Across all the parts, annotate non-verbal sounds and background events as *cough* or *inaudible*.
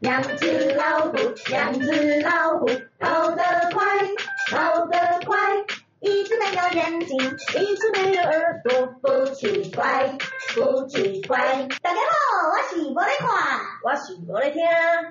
两只老虎，两只老虎，跑得快，跑得快。一只没有眼睛，一只没有耳朵，不奇怪，不奇怪。大家好，我是无咧看，我是无咧听，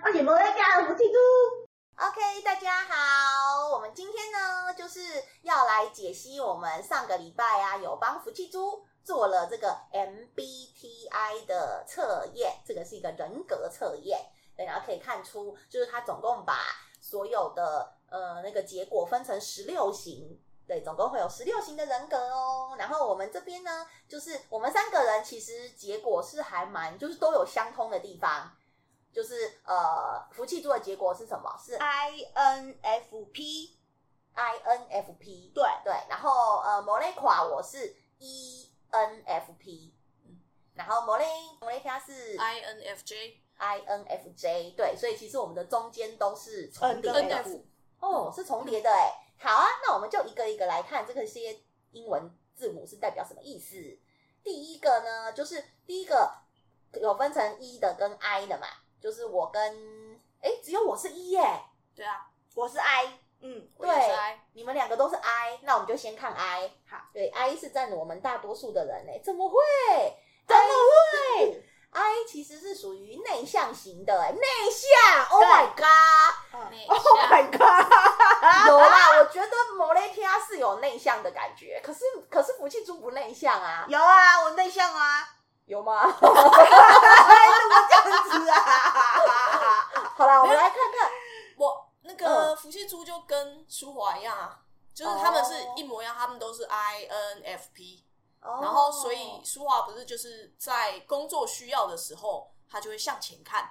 我是无咧教，我是猪。OK，大家好，我们今天呢就是要来解析我们上个礼拜啊有帮福气猪做了这个 MBTI 的测验，这个是一个人格测验，对，然后可以看出就是它总共把所有的呃那个结果分成十六型。对，总共会有十六型的人格哦。然后我们这边呢，就是我们三个人其实结果是还蛮，就是都有相通的地方。就是呃，福气猪的结果是什么？是 INFP， INFP。对，对，然后呃，摩雷垮我是 E ENFP，然嗯后摩雷摩雷卡是 INFJ INFJ。对，所以其实我们的中间都是重叠呃 N 的 F。哦，是重嗯叠的哎。好啊，那我们就一个一个来看这个些英文字母是代表什么意思。第一个呢，就是第一个有分成 E 的跟 I 的嘛，就是我跟哎，只有我是 E 耶、对啊，我是 I，嗯，我也是对 I，你们两个都是 I，那我们就先看 I。好，对，I 是占我们大多数的人诶、欸怎么会？怎么会？I 其实是属于内向型的、欸，内向。Oh my god！哦内 Oh *laughs* 向 my god！有啦，我觉得摩雷提亚是有内向的感觉，可是可是福气猪不内向啊，有啊，我内向啊，有 *laughs* 吗？这样子啊， *laughs* 好啦，我们来看看。我那嗯个福气猪就跟舒华一样啊，就是他们是哦一模一样，他们都 Oh 是 INFP，哦然后所以舒华不是就是在工作需要的时候，他就会向前看，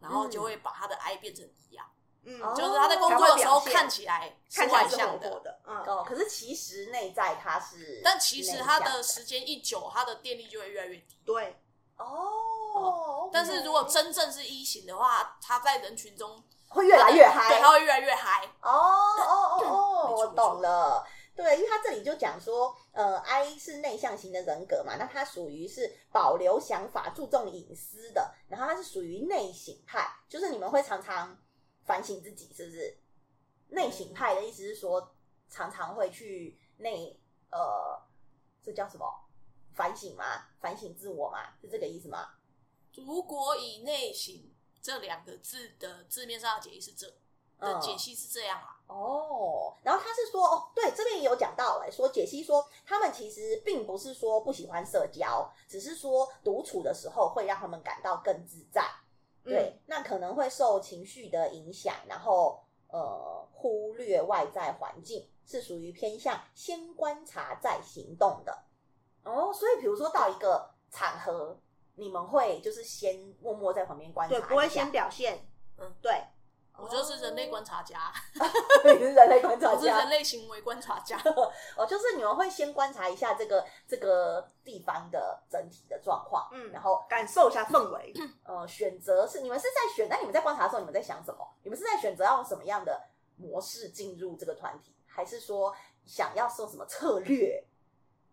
然后就会把他的 I 变成一样，嗯，哦就是他在工作的时候才会表现看起来是看起外来是向活的泼，的，嗯，哦，可是其实内在他是，但其实他的是时间一久，他的电力就会越来越低。对，哦，但是如果真正是一型的话，他在人群中会越来越嗨，对，他会越来越嗨。哦哦哦哦，没我错懂了。对，因为他这里就讲说，呃，I 是内向型的人格嘛，那他属于是保留想法、注重隐私的，然后他是属于内省派，就是你们会常常反省自己，是不是？内省派的意思是说，常常会去内呃，这叫什么？反省吗？反省自我吗？是这个意思吗？如果以内型这两个字的字面上的解义是这的嗯解析是这样啊，哦，然后他是说，哦，对，这边也有讲到、哎，说解析说，他们其实并不是说不喜欢社交，只是说独处的时候会让他们感到更自在。嗯对，那可能会受情绪的影响，然后呃忽略外在环境，是属于偏向先观察再行动的。哦，所以比如说到一个场合，你们会就是先默默在旁边观察一对，下，不会先表现，嗯，对，我就是人类观察家，察，你是 *laughs* 人类观察我是家人，类行为观察家。哦，就是你们会先观察一下这个这个地方的整体的状况，嗯然后感受一下氛围，呃，选择是你们是在选，那你们在观察的时候，你们在想什么？你们是在选择要用什么样的模式进入这个团体，还是说想要用什么策略？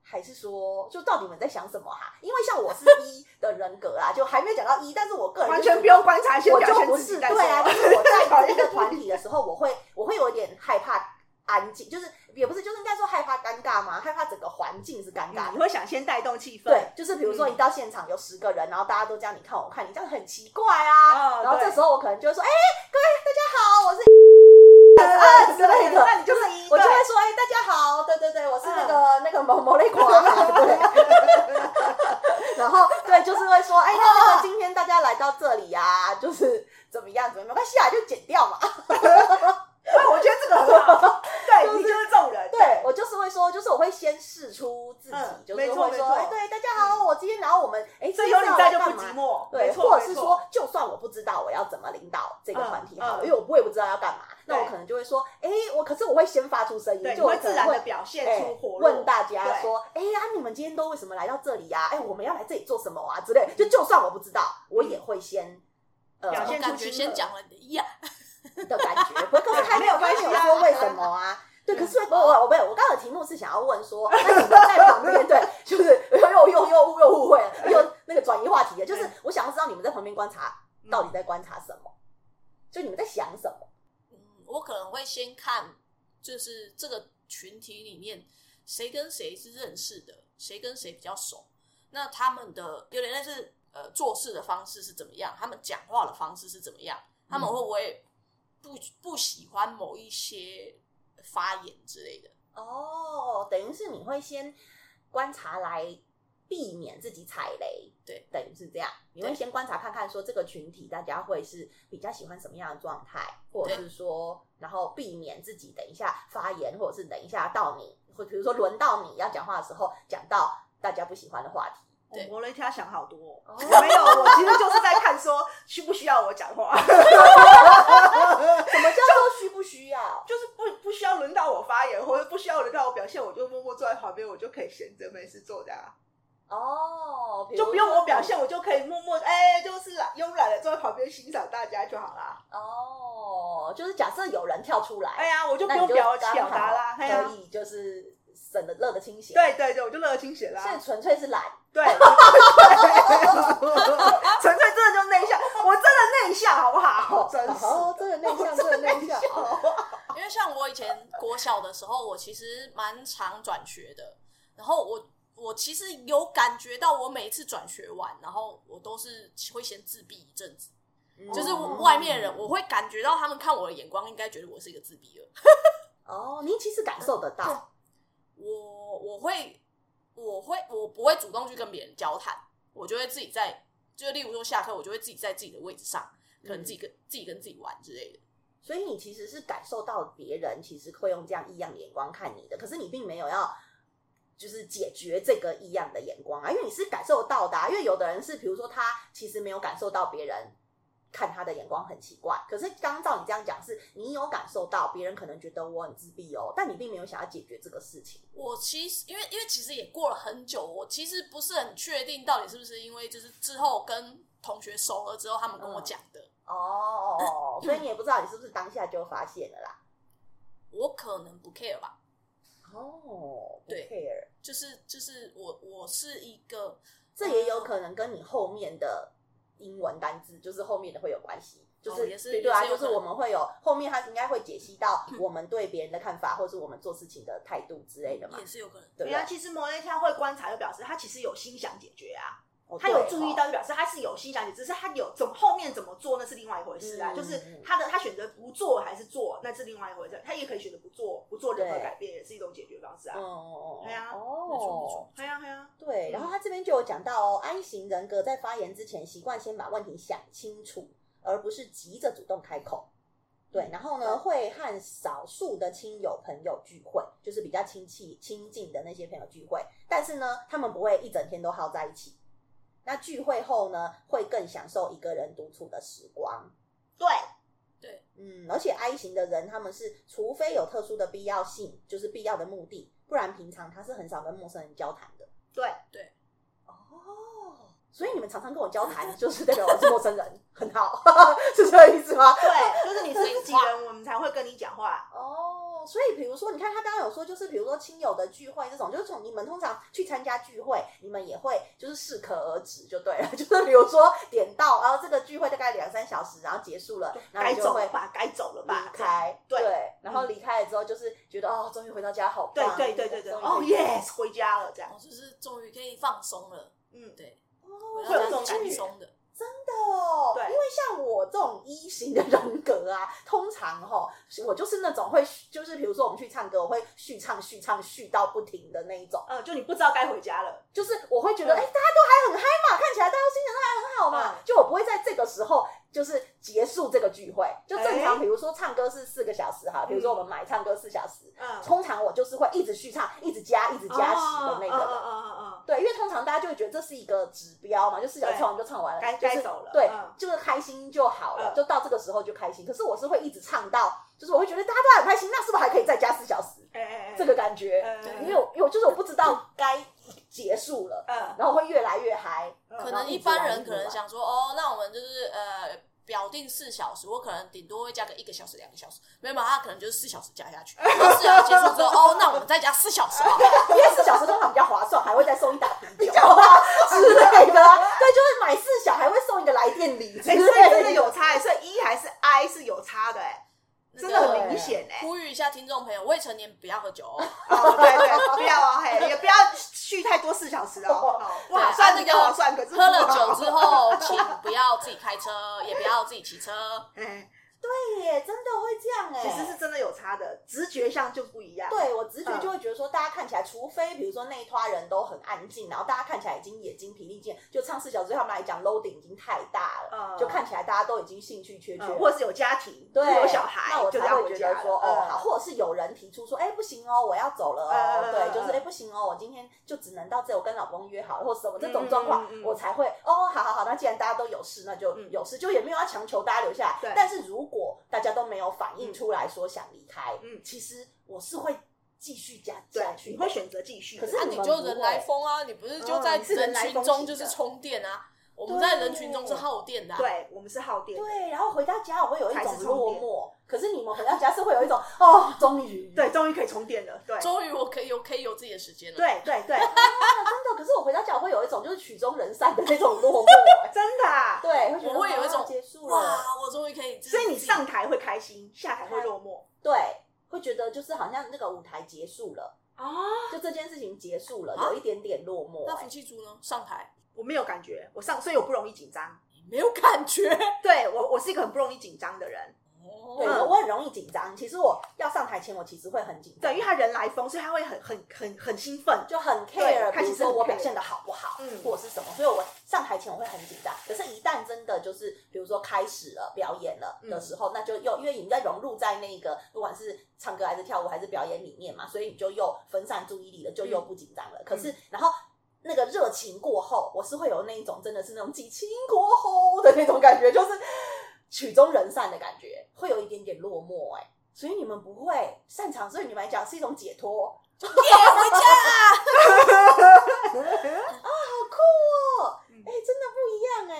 还是说，就到底你们在想什么哈、因为像我 *laughs* 是一的人格啊啦，就还没有讲到一，但是我个人完就是全不用观察，先我表就现不自是己对再说，啊，就是我在这个团体的时候，我会我会有一点害怕安静，就是也不是，就是应该说害怕尴尬嘛，害怕整个环境是尴尬 *laughs* 嗯你的。会想先带动气氛，对，就是比如说嗯一到现场有十个人，然后大家都这样你看我看你，这样很奇怪啊。哦然后这对时候我可能就会说，哎、对，之类的那你就是一， *laughs* 我就对嗯会说，哎、大家好，对对对，我是那个、那个某某类狂 *laughs* 啊，对。 *laughs* 然后对，就是会说，哎、那啊那个今天大家来到这里呀、啊，就是怎么样怎么样，没关系啊，就剪掉嘛。 *laughs* 对，我觉得这个很好，对、就是你就是这种人，对，我就是会说，就是我会先试出自己，嗯就是没错会没说，错哎、对，大家好，我今天，然后我们，哎、所今以有天你要在来就不干嘛寂寞，对，没错或者是没错说，就算我不知道我要怎么领导这个团体好了，嗯嗯因为我我也不知道要干嘛，那我对可能就会说，哎、我可是我会先发出声音，对，你就我会可自能然会的表现哎出哦活络，问大家说，哎呀、你们今天都为什么来到这里呀、哎、我们要来这里做什么啊？之类，就就算我不知道，我也会先呃嗯表我现出感觉先讲了你的意啊，的感觉，不可是他没有关系他啊嗯哦没有说为什么 *laughs* 啊。对，可是我我我没有，我刚刚的题目是想要问说，那你们在旁边，对，就是又又又又误又误会了，又那个转移话题了，就是我想要知道你们在旁边观察到底在观察什么。就你们在想什么？嗯，我可能会先看，就是这个群体里面谁跟谁是认识的，谁跟谁比较熟，那他们的有点类似呃做事的方式是怎么样，他们讲话的方式是怎么样，他们会不会不不喜欢某一些发言之类的？哦，等于是你会先观察来避免自己踩雷，对，等于是这样。你会先观察看看，说这个群体大家会是比较喜欢什么样的状态，或者是说，然后避免自己等一下发言，或者是等一下到你，或比如说轮到你要讲话的时候，讲到大家不喜欢的话题。我对我了一天想好多 *laughs* 哦、哦没有，我其实就是在看说需不需要我讲话， *laughs* 什么叫做需不需要？就是不不需要轮到我发言，或者不需要轮到我表现，我就默默坐在旁边，我就可以闲着没事做的、啊，哦，比如就说不用我表现，我就可以默默哎、就是懒慵懒的坐在旁边欣赏大家就好啦。哦，就是假设有人跳出来，哎呀，我就那不你用就表刚表达啦，好哎呀，可以就是省得乐得清闲。对啊对对，我就乐得清闲啦。是纯粹是懒，对，对 *laughs* 纯粹真的就内向，我真的内向，好不好？真是哦，真的内向，我真真的的内 *laughs* 向。哦因为像我以前国小的时候，我其实蛮常转学的，然后我我其实有感觉到，我每一次转学完，然后我都是会先自闭一阵子，嗯哦就是我外面的人，我会感觉到他们看我的眼光，应该觉得我是一个自闭儿。哦，您其实感受得到我我会我会我不会主动去跟别人交谈，我就会自己在，就例如说下课，我就会自己在自己的位置上，可能自己跟、自己跟自己玩之类的。所以你其实是感受到别人其实会用这样异样的眼光看你的，可是你并没有要就是解决这个异样的眼光啊，因为你是感受到的、啊，因为有的人是比如说他其实没有感受到别人。看他的眼光很奇怪，可是刚照你这样讲，是你有感受到别人可能觉得我很自闭哦，但你并没有想要解决这个事情。我其实因为因为其实也过了很久，我其实不是很确定到底是不是因为就是之后跟同学熟了之后，他们跟我讲嗯的， *laughs* 哦，所以你也不知道你是不是当下就发现了啦。我可能不 care 吧。哦，不对 care，就是就是我我是一个这也有可能跟你后面的英文单字，就是后面的会有关系。就是,、哦也是对对啊，也是有就可能嗯是我们会有后面，他应该会解析到我们对别人的看法，或是我们做事情的态度之类的嘛也，是有可能。对不对对啊，？其实莫内他会观察，就表示他其实有心想解决啊，哦他有对注意哦到，就表示他是有心想解决，只是他有怎么后面怎么做那是另外一回事啊，嗯就是他的他选择不做还是做那是另外一回事，他也可以选择不做，不做任何对改变也是一种解决方式啊嗯，。哦哦，对啊没错没哦错，对啊对啊，对，嗯然后他这边就有讲到哦，安型人格在发言之前，习惯先把问题想清楚，而不是急着主动开口。对，然后呢，会和少数的亲友朋友聚会，就是比较亲戚亲近的那些朋友聚会，但是呢，他们不会一整天都耗在一起。那聚会后呢，会更享受一个人独处的时光。对，嗯，而且 I 型的人，他们是除非有特殊的必要性，就是必要的目的，不然平常他是很少跟陌生人交谈的。对，哦，所以你们常常跟我交 *laughs* 谈，就是代表我是陌生人，很好， *laughs* 是这个意思吗？对，就是你是自己人，我们才会跟你讲话。哦，所以比如说，你看他刚刚有说，就是比如说亲友的聚会这种，就是从你们通常去参加聚会，你们也会就是适可而止就对了， *laughs* 就是比如说点到，然后这个聚会大概两三小时，然后结束了，然后该你就走会了吧，该走了离吧。开，对然后离开了之后就是觉得哦，终于回到家，好对棒，对对对对，终于哦回家 yes，回家了这样我。哦就是终于可以放松了，嗯，对，哦我会有这要种感轻觉松的。哦，对因为像我这种一型的人格啊，通常哈，我就是那种会，就是比如说我们去唱歌，我会续唱、续唱、续到不停的那一种，呃，就你不知道该回家了。就是我会觉得，哎、嗯大家都还很嗨嘛，看起来大家心情都还很好嘛，嗯就我不会在这个时候就是结束这个聚会，就正常，哎比如说唱歌是四个小时哈，比如说我们买唱歌四小时，嗯，通常我就是会一直续唱，一直加，一直加时的那个人。嗯嗯嗯嗯对，因为通常大家就会觉得这是一个指标嘛，就四小时对唱完就唱完了，该就是该走了对嗯，就是开心就好了，嗯就到这个时候就开心。可是我是会一直唱到，就是我会觉得大家都很开心，那是不是还可以再加四小时？哎哎哎，这个感觉，嗯因为我因为我就是我不知道该结束了，嗯，然后会越来越嗨，嗯可然能后一直般玩人一直可能玩想说，哦，那我们就是呃表定四小时，我可能顶多会加个一个小时、两个小时，没有，他可能就是四小时加下去。然后四小时结束之后，哦，那我们再加四小时 *laughs* 吧。 *laughs* 因为四小时通常比较划算，还会再送一打啤酒 *laughs* 啊之类的啊。对，就是买四小还会送一个来电礼之哎、所以类真的的。有差、欸，所以 E 还是 I 是有差的、哎，真的很明显哎、呼吁一下听众朋友，未成年不要喝酒哦。哦，对对，不要啊，嘿，也不要续太多四小时哦，好不好对算啊那是个不好算，可是喝了不好酒之，后，请不要自己开车，也不要自己骑车。哎，对耶，真的会这样哎。其实是嗯真的有差的，直觉上就不一样。对我直觉就会觉得说，大家看起来，除非比如说那一团人都很安静，然后大家看起来已经眼睛疲力尽，就唱四小时对他们来讲 loading 已经太大了，嗯就看起来大家都已经兴趣缺缺嗯，了。或是有家庭，对，有小孩，那我就才这样嗯会觉得说，哦，好，好，或者是有人提出说，哎，不行哦，我要走了哦，嗯嗯嗯对，就是嗯哎，不行哦，我今天就只能到这，我跟老公约好了，或什么这种嗯状况嗯嗯，嗯我才会，哦，好好好，那既然大家都有事，那就嗯有事，就也没有要强求大家留下来对。但是如果大家都没有反应出来说想离开，嗯其实我是会继续加对下，去的，你会选择继续。可是那、我啊你们就不人会来疯啊！你不是就嗯在是人人来群疯中型就是的充电啊？我们在人群中是对耗电的、啊。对我们是耗电的，对，然后回到家我会有一还是种充落电寞，可是你们回到家是会有一种，哦，终于，对，终于可以充电了，对，终于我可以有可以有自己的时间了。，对对对，真的，可是我回到家我会有一种就是曲终人散的那种落寞、真的啊。 *laughs* 对，会觉得我会有一种啊结束了，哇，我终于可以自己。所以你上台会开心，下台会落寞对，会觉得就是好像那个舞台结束了，哦。就这件事情结束了，啊有一点点落寞、那哎福气猪呢？上台我没有感觉，我上，所以我不容易紧张。没有感觉。 *laughs* 对我，我是一个很不容易紧张的人。对，哦，我我很容易紧张。其实我要上台前，我其实会很紧张，对，因为他人来疯，所以他会很很很很兴奋。就很对 care，他比其如实说很我 care 表现的好不好，嗯或者是什么，所以我上台前我会很紧张。可是，一旦真的就是比如说开始了表演了的时候，那就又因为你在融入在那个不管是唱歌还是跳舞还是表演里面嘛，所以你就又分散注意力了，就又不紧张嗯了。可是，然后。那个热情过后，我是会有那一种真的是那种激情过后的那种感觉，就是曲终人散的感觉，会有一点点落寞哎、所以你们不会擅长，所以你们来讲是一种解脱， *laughs* 酷哦！嗯哎、真的不一样哎、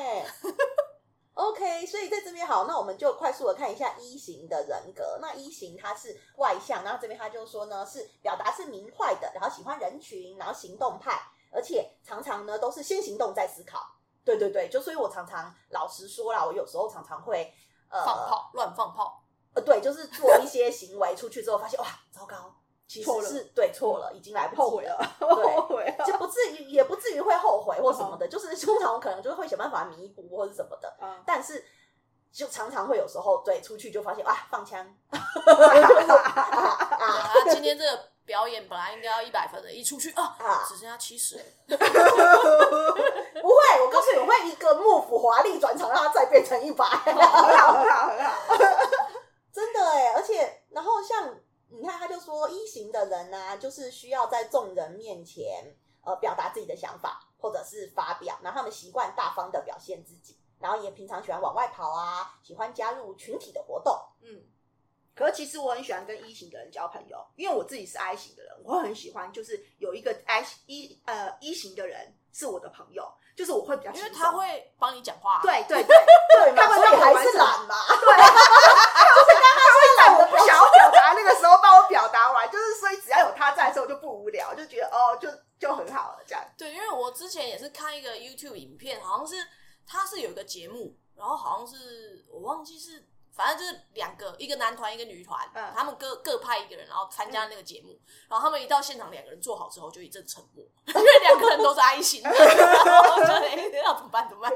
OK，所以在这边好，那我们就快速的看一下一型的人格。那一型他是外向，然后这边他就说呢，是表达是明快的，然后喜欢人群，然后行动派，而且常常呢都是先行动再思考。对对对，就所以我常常老实说啦，我有时候常常会呃放炮，乱放炮。呃，对，就是做一些行为出去之后，发现哇，糟糕，其实错了是对错了，已经来不及后悔了，对后悔了。就不至于，也不至于会后悔或什么的。就是 *laughs* 通常我可能就会想办法弥补或者什么的，嗯但是就常常会有时候对出去就发现啊放枪， *laughs* 啊，今天这个表演本来应该要一百分的，一出去啊啊，只剩下七十。不会，我告诉你，我会一个幕府华丽转场，让它再变成一百，很好，很好，很好。真的哎。而且然后像你看，他就说一型的人呢、就是需要在众人面前呃表达自己的想法或者是发表，然后他们习惯大方的表现自己。然后也平常喜欢往外跑啊，喜欢加入群体的活动，嗯。可是其实我很喜欢跟一型的人交朋友，因为我自己是 I 型的人，我会很喜欢就是有一个 I 一呃一型的人是我的朋友，就是我会比较轻因为松他会帮你讲话、啊，，对对对，对嘛？他会所以让我还完是成懒嘛，在我不想要表达那个时候帮我表达完，就是所以只要有他在的时候就不无聊，就觉得哦，就就很好了这样。对，因为我之前也是看一个 YouTube 影片，好像是他是有一个节目，然后好像是我忘记是，反正就是两个，一个男团，一个女团，嗯他们各各派一个人，然后参加那个节目，然后他们一到现场，两个人做好之后就一阵沉默，因为两个人都是 I 型，然后我就哎，那怎么办？怎么办？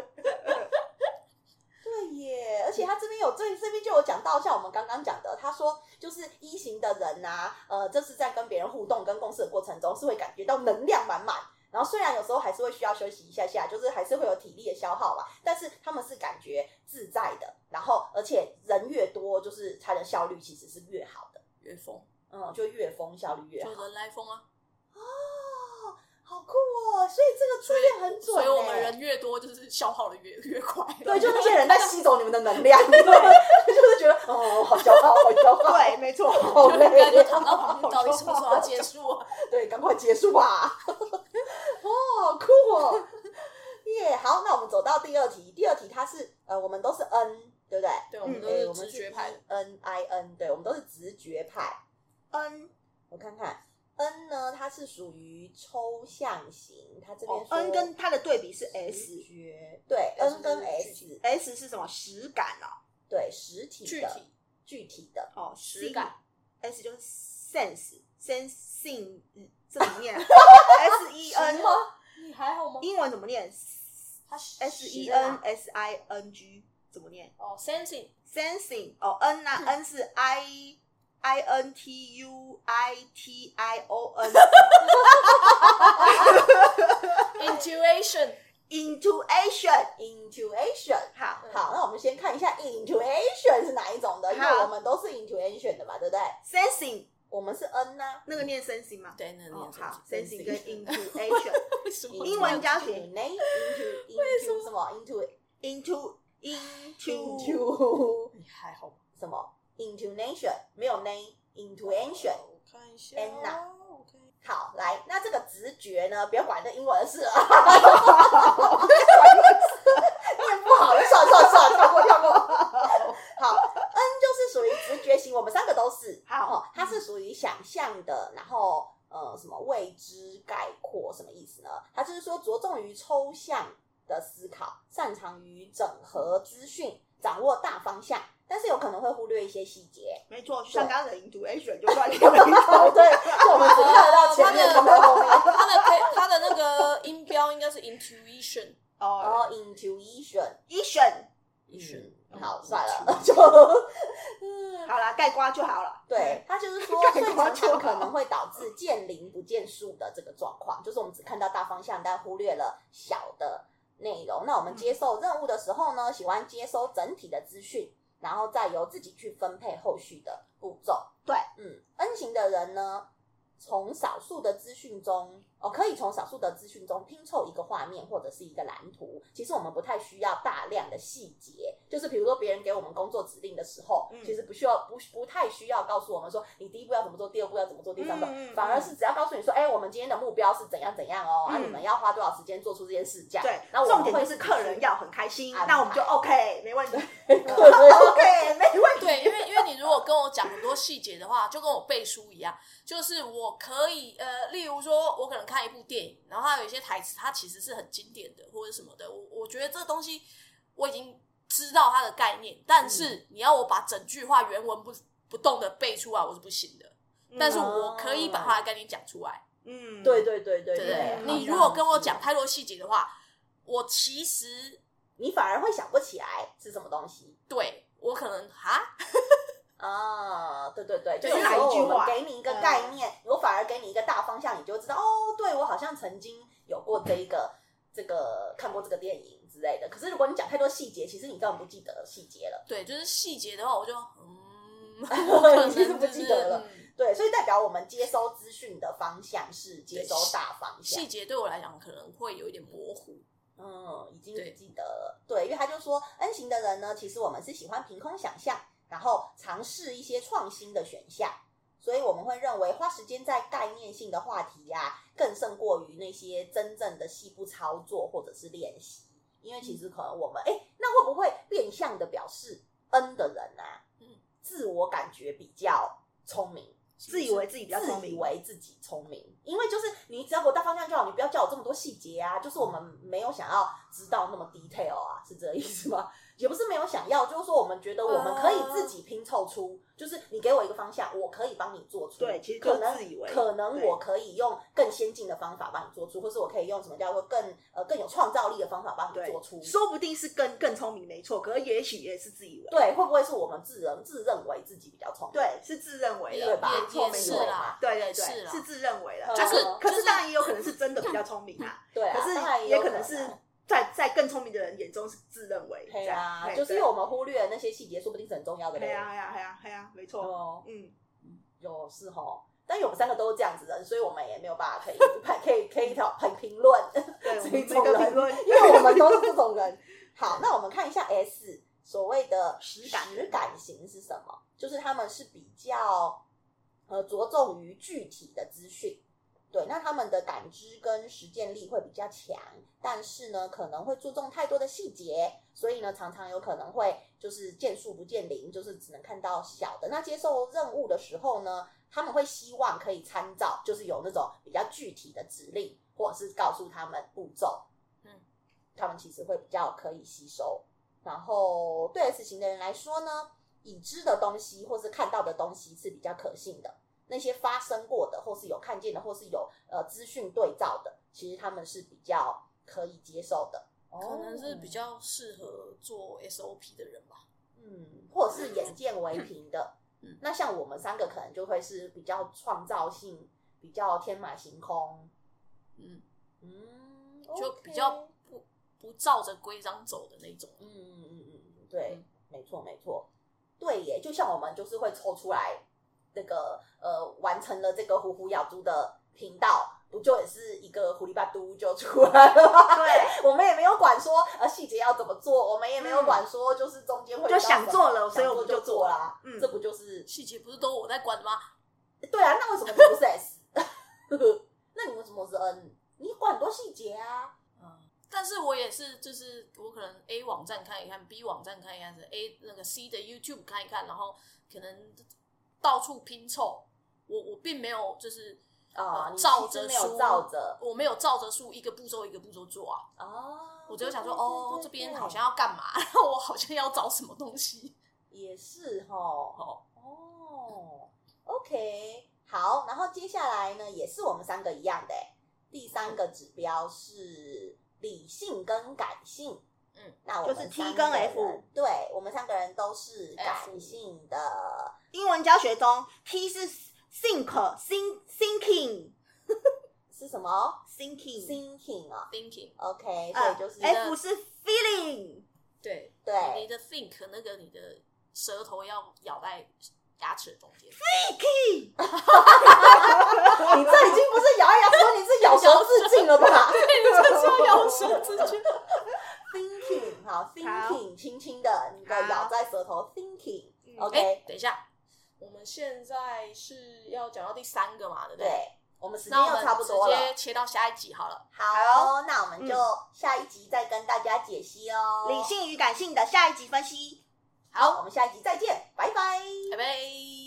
对耶，而且他这边有这这边就有讲到，像我们刚刚讲的，他说就是一型的人呐、呃，这是在跟别人互动、跟共事的过程中，是会感觉到能量满满。然后虽然有时候还是会需要休息一下下，就是还是会有体力的消耗吧，但是他们是感觉自在的，然后而且人越多，就是他的效率其实是越好的，乐风，嗯，就越疯效率越好。就人来疯啊，哦，好酷哦！所以这个测验很准、所欸，以我们人越多，就是消耗的越越快，对，就那些人在吸走你们的能 *laughs* 量，对，就是觉得哦，好骄傲，好骄傲，对，没错。好就应该累就，躺到旁边，到底什么时候要结束啊？对，赶快结束吧。 *laughs* 哦，好酷哦，耶、好，那我们走到第二题，第二题它是呃，我们都是 N，对不对？对，我们嗯哎都我是们直觉派的。 N I N，对，我们都是直觉派。 ，N 我看看 N 呢，它是属于抽象型，它这边哦说，N 跟它的对比是直 S，S 觉，对要是，N 跟就是 S，是什么？实感啊，对，实体具的体具体的，哦，实感。 S 就是 sense，sensing 嗯这怎么 *laughs* 念？S E 什 N 么你还好吗？英文怎么念他？S E 的啦 N S I N G 怎么念哦，sensing ？sensing 哦，N 啊，N 嗯是 I I N T U I T I O N intuition intuition。 *laughs* intuition。好嗯好，那我们先看一下 intuition 是哪一种的，因为好我们都是 intuition 的嘛，对不对？ ，sensing 我们是 N 啊呐、那个念 sensing 吗？对，那个哦念，好 sensing ，sensing 跟 intuition *laughs* 为什么英文教学 i n t u 为什么什么 intu into into into 你还好吗？什么 intonation 没有 n intuition。我看一下 N 呐我看一好，来，那这个直觉呢，不要管这英文的事了， *laughs* 念不好就算了算了算了，跳过跳过。好，N *laughs* 就是属于直觉型，我们三个都是。好哦，它是属于想象的，然后呃，什么未知概括什么意思呢？它就是说着重于抽象的思考，擅长于整合资讯，掌握大方向，但是有可能会忽略一些细节。没错，就像刚刚的 intuition 就乱念了一哦，通。 *laughs* 对，就我们只看得到前面，哦看不到后面。下，他的配他的那个音标应该是 intuition，然哦后 intuition， ，ition 嗯嗯，好，算了嗯， *laughs* 就。好啦，盖瓜就好了。，对，他就是说所以 *laughs* 干嘛常就常好可能会导致见林不见树的这个状况，就是我们只看到大方向，但忽略了小的内容。那我嗯们接受任务的时候呢，喜欢接收整体的资讯，然后再由自己去分配后续的步骤。对，嗯，N 型的人呢，从少数的资讯中，哦，可以从少数的资讯中拼凑一个画面或者是一个蓝图。其实我们不太需要大量的细节，就是比如说别人给我们工作指令的时候，嗯其实不需要不不太需要告诉我们说你第一步要怎么做，第二步要怎么做，第三步，嗯嗯嗯反而是只要告诉你说，哎、我们今天的目标是怎样怎样哦，那、嗯你们要花多少时间做出这件事，这样。对，然后我重们点会就是客人要很开心，安排那我们就 OK，没问 *laughs* 题。客 *laughs* 人 OK，没问题。对，因为因为你如果跟我讲很多细节的话，就跟我背书一样，就是我可以呃，例如说，我可能看一部电影，然后它有一些台词，它其实是很经典的或者什么的，我我觉得这个东西我已经知道它的概念，但是你要我把整句话原文不不动的背出来，我是不行的。 *laughs* 但是我可以把它的概念讲出来，嗯，对对对对哦对不对？嗯你如果跟我讲太多细节的话，我其实你反而会想不起来是什么东西。对我可能哈，啊，对对对，就就是有时候哪一句我们话嗯给你一个概念，我反而给你一个大方向，你就知道哦，对我好像曾经有过这一个这个看过这个电影之类的。可是如果你讲太多细节，其实你根本不记得细节了。对，就是细节的话，我就 *laughs* 嗯，我可你能其实就不记得是了嗯对，所以代表我们接收资讯的方向是接收大方向细，节对我来讲可能会有一点模糊。嗯，已经对不记得了。对，因为他就说 N 型的人呢，其实我们是喜欢凭空想象，然后尝试一些创新的选项。所以我们会认为花时间在概念性的话题呀、更胜过于那些真正的细部操作或者是练习。因为其实可能我们，哎、那会不会变相的表示 N 的人啊，嗯自我感觉比较聪明，自以为自己比较聪自以明，为自己聪明，因为就是你只要给我大方向就好，你不要叫我这么多细节啊。就是我们没有想要知道那么 detail 啊，是这个意思吗？也不是没有想要，就是说我们觉得我们可以自己拼凑出，就是你给我一个方向，我可以帮你做出。嗯对其实就可能自以为可能对我可以用更先进的方法帮你做出，或是我可以用什么叫做更呃更有创造力的方法帮你对做出。说不定是更更聪明，没错，可是也许也是自以为，对，会不会是我们自认自认为自己比较聪明？对，是自认为也的，对吧也没错，也没是错。啦，对对也是对，啦是自认为的，嗯就是啊可就是是当然也有可能是真的比较聪明啊，对啊，可当然是也也有啊可能是在在更聪明的人眼中是自认为这对样，啊，嘿就是因对为我们忽略了那些细节，说不定是很重要的嘿嘞。呀嘿呀嘿呀嘿呀，啊没错，啊哦， *laughs* 嗯，有是吼，但因为我们三个都是这样子的人，所以我们也没有办法可以 *laughs* 判可以可以讨很评论，对，我这们这种个人评论，因为我们都是这种人。好，那我们看一下 S 所谓的实感实感型是什么？就是他们是比较呃着重于具体的资讯，对，那他们的感知跟实践力会比较强，但是呢，可能会注重太多的细节，所以呢，常常有可能会就是见树不见林，就是只能看到小的。那接受任务的时候呢，他们会希望可以参照，就是有那种比较具体的指令，或者是告诉他们步骤，嗯，他们其实会比较可以吸收。然后对 S 型的人来说呢，已知的东西或是看到的东西是比较可信的。那些发生过的，或是有看见的，或是有呃资讯对照的，其实他们是比较可以接受的，可能是比较适合做 SOP 的人吧。嗯，或者是眼见为凭的。嗯那像我们三个可能就会是比较创造性，比较天马行空，嗯，嗯，就 OK 比较不不照着规章走的那种。嗯嗯嗯嗯嗯，对，嗯没错没错，对耶，就像我们就是会抽出来那个呃完成了这个虎虎咬猪的频道。不就也是一个狐狸巴嘟就出来了吗？ *laughs* 对，我们也没有管说呃细节要怎么做，我们也没有管说就是中间会遇到就想什么做了所以想我们做就做了啦。 *laughs* 嗯这不就是细节不是都我在管的吗？对啊？那为什么你不是 S？那你为什么是 N？你管很多细节啊。嗯，但是我也是，就是我可能 A 网站看一看，B 网站看一看，A 那个 C 的 YouTube 看一看，然后可能到处拼凑。我我并没有就是啊、呃你照其实着没有书照着我没有照着书一个步骤一个步骤做啊，哦，我只有想说对对对哦对这边对好像要干嘛，然后我好像要找什么东西也是哈，哦，哦，OK，好，然后接下来呢，也是我们三个一样的欸，第三个指标是理性跟感性。嗯，那我们就是 T 三跟个 F 人对我们三个人都是 F 感性的。英文教学中，T 是 think think thinking 是什么 thinking， ？Thinking 啊、 thinking， o k 所呃以就是、 ，F 是 feeling，对你对的 think 那个你的舌头要咬在牙齿中 *laughs* 间，你哦这已经不是咬一咬说你是咬舌自尽了 *laughs* 吧就是要咬舌自 *laughs* 己。 ？Thinking 好，Thinking 轻轻的，你的咬好在舌头，Thinking 嗯 OK，、哎，等一下，我们现在是要讲到第三个嘛，对不对？对，我们时间那我又们差不多直了接。切到下一集好了。好，哦那我们就下一集再跟大家解析哦。理性与感性的下一集分析。好，我们下一集再见，拜拜。拜拜。